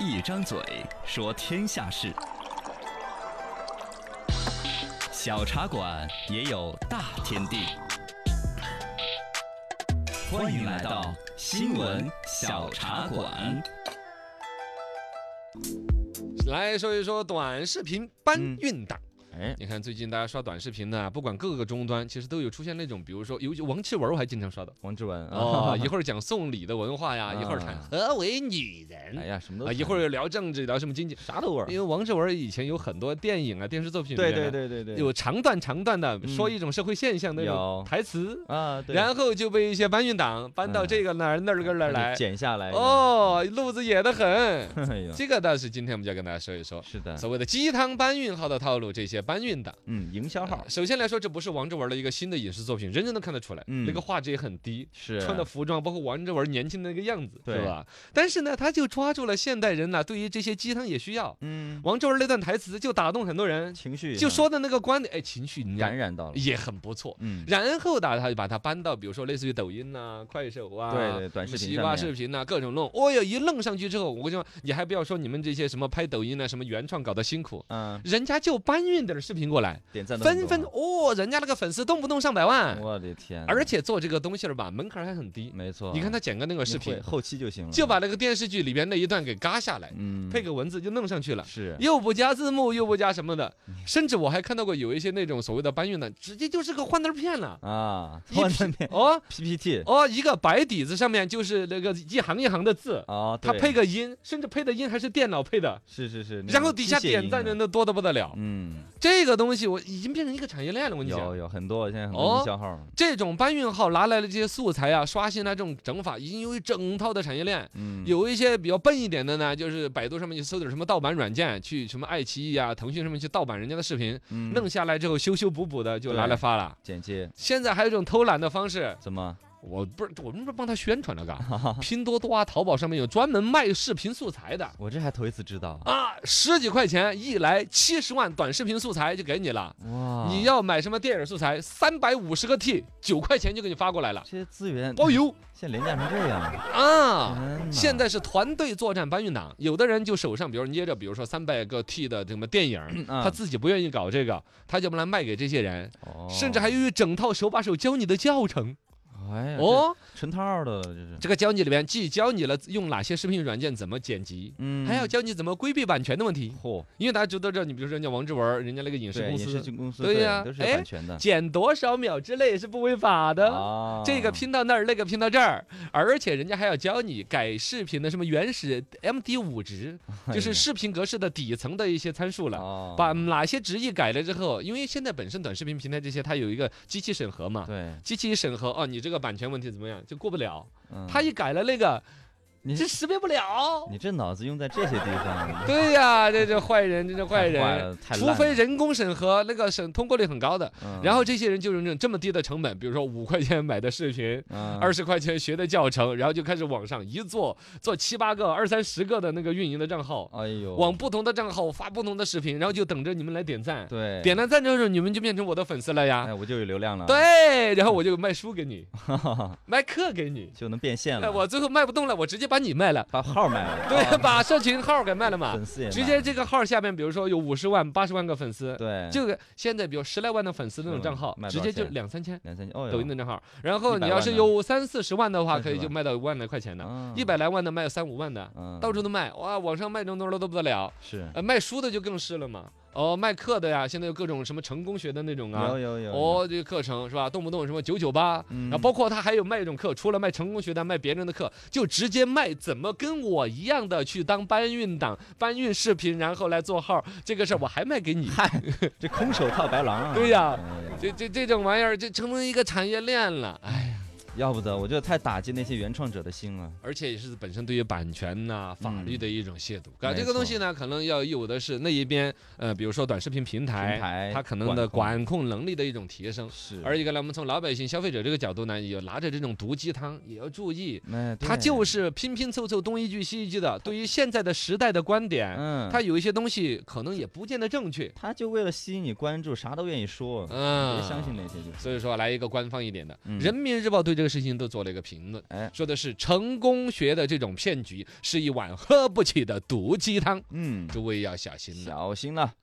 一张嘴说天下事，小茶馆也有大天地。欢迎来到新闻小茶馆。来说一说短视频搬运党。嗯哎，你看最近大家刷短视频呢，不管各个终端，其实都有出现那种，比如说，尤其王志文，我还经常刷到。王志文哦，一会儿讲送礼的文化呀，啊一会儿谈何为女哎人呀，什么都啊，一会看儿又聊政治，聊什么经济。啥都玩儿因为王志文以前有很多电影啊、电视作品，对对，对对对，有长段长段的嗯说一种社会现象那种有台词，啊，对，然后就被一些搬运党搬到嗯这个那儿那儿个那儿然后来，剪下来，哦，路子野得 很。哎呦，这个倒是今天我们就要跟大家说一说。是的，所谓的鸡汤搬运号的套路，这些搬运党。嗯，营销号首先来说，这不是王志文的一个新的影视作品，人人都看得出来，嗯那个画质也很低，是穿的服装，包括王志文年轻的那个样子，啊对是吧？但是呢，他就抓住了现代人呐、对于这些鸡汤也需要。嗯王志文那段台词就打动很多人，情绪就上说的那个观点，哎，情绪你啊感染到了，也很不错。嗯，然后呢，他就把它搬到，比如说类似于抖音呐、快手啊，对对短视频西上瓜面视频呐、各种弄。哦哟，一弄上去之后，我跟你说，你还不要说你们这些什么拍抖音啊呐、什么原创搞得辛苦，嗯，人家就搬运点儿视频过来，点赞都很纷多啊，纷嗯哦，人家那个粉丝动不动上百万，我的天，而且做这个东西儿吧，门槛儿还很低。没错，你看他剪个那个嗯你视会频，后期就行了，就把那个电视剧里边那一段给嘎下来，嗯配个文字就弄上去了。是嗯又不加字幕，又不加什么的，甚至我还看到过有一些那种所谓的搬运的，直接就是个幻灯 片了。啊，一幻批灯片哦 PPT 哦，一个白底子上面就是那个一行一行的字，啊，它对配个音，甚至配的音还是电脑配的，是是是，那然后种底嗯机下械点音赞的乐那多得不得了。嗯，这个东西我已经变成一个产业链了，我跟你讲有。有很多现在很多哦营销号，这种搬运号拿来的这些素材啊，刷新啊，这种整法已经有一整套的产业链。嗯，有一些比较笨一点的呢，就是百度上面去搜点什么盗版软件，去什么爱奇艺啊、腾讯上面去盗版人家的视频，嗯弄下来之后修修补补的就拿来发了。剪接现在还有一种偷懒的方式，怎么我不是我们不是帮他宣传了干？ 拼多多啊、淘宝上面有专门卖视频素材的我这还头一次知道啊，十几块钱一来七十万短视频素材就给你了。哇！你要买什么电影素材，三百五十个 T，九块钱就给你发过来了。这些资源包邮现在廉价成这样，嗯啊！天哪现在是团队作战搬运党，有的人就手上，比如捏着，比如说三百个 T 的什么电影，嗯 他自己不愿意搞这个，他就把它卖给这些人，哦甚至还有一整套手把手教你的教程哎呀，哦。这成套的了，这是这个教你里面既教你了用哪些视频软件怎么剪辑，嗯还要教你怎么规避版权的问题，嚯，因为大家知道这，你比如说人家王志文，人家那个影视对，公影视司剧公司对呀都是有哎版权的剪多少秒之内是不违法的。啊这个拼到那儿，那个拼到这儿，而且人家还要教你改视频的什么原始 MD 五值，就是哎视频格式的底层的一些参数了。了把哪些值一改了之后，因为现在本身短视频平台这些它有一个机器审核嘛，对，机器一审核哦，你这个版权问题怎么样就过不了。嗯它一改了那个，你这识别不了。你这脑子用在这些地方，对呀，这这坏人，这这太坏坏人。了，太烂除了非人工审核，那个审通过率很高的，嗯然后这些人就用这种这么低的成本，比如说五块钱买的视频，嗯二十块钱学的教程，然后就开始往上一做，做七八个、二三十个的那个运营的账号，哎呦往不同的账号发不同的视频，然后就等着你们来点赞。对点了赞之后，你们就变成我的粉丝了呀。哎我就有流量了，对，然后我就卖书 给你，卖课给你。就能变现哎，了，我最后卖不动了，我直接把你 卖了。把号卖了，对，把社群号给卖了嘛粉。丝也直卖接了这个号下面，比如说有五十万、八十万个粉丝，对这个现在比如十来万的粉丝那种账号，卖多直少接就钱两三千。两三千哦哟抖音的账号，然后100你要是万呢有三四十万的话， 30可以就万卖到万来块钱的。嗯一百来万的卖三五万的，嗯到处都卖，哇，网上卖这种东西都不得了。是呃，卖书的就更是了嘛，哦，卖课的呀，现在有各种什么成功学的那种啊有，有有哦，啊这个课程是吧？动不动什么九九八，嗯然后包括他还有卖一种课，除了卖成功学的，卖别人的课，就直接卖怎么跟我一样的去当搬运党、搬运视频，然后来做号，这个事儿我还卖给你。有这空手套白狼啊， 对呀哎呀这这这种玩意儿就成了一个产业链了，哎。要不得，我觉得太打击那些原创者的心了。而且也是本身对于版权呐、法律的一种亵渎。啊，嗯没这个东西呢，可能要有的是那一边，呃，比如说短视频平台，平台它可能的管管控能力的一种提升。是而一个呢，我们从老百姓、消费者这个角度呢，也拿着这种毒鸡汤，也要注意，那它就是是拼拼凑凑东一句西一句的。对于现在的时代的观点，嗯，它有一些东西可能也不见得正确。他就为了吸引你关注，啥都愿意说，嗯，别相信那些就是。所以说，来一个官方一点的，嗯人民日报》对这个事情都做了一个评论，哎，说的是成功学的这种骗局是一碗喝不起的毒鸡汤，嗯，诸位要小心了。小心了。